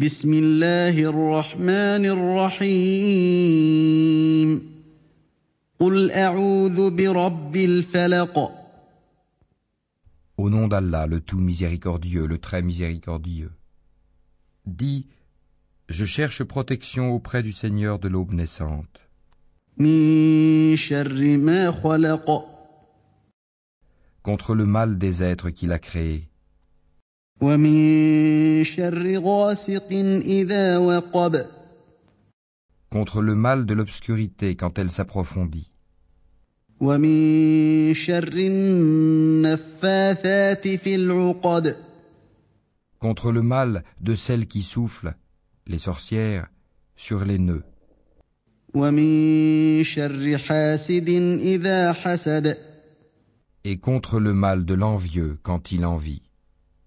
بسم الله الرحمن الرحيم قل أعوذ برب الفلق Au nom d'Allah, le tout miséricordieux, le très miséricordieux. Dis, je cherche protection auprès du Seigneur de l'aube naissante, من شر ما خلق contre le mal des êtres qu'il a créés, ومن شر غاسق إذا وقب contre le mal de l'obscurité quand elle s'approfondit, ومن شر النفاثات في العقد contre le mal de celles qui soufflent, les sorcières, sur les nœuds, ومن شر حاسد إذا حسد et contre le mal de l'envieux quand il envie.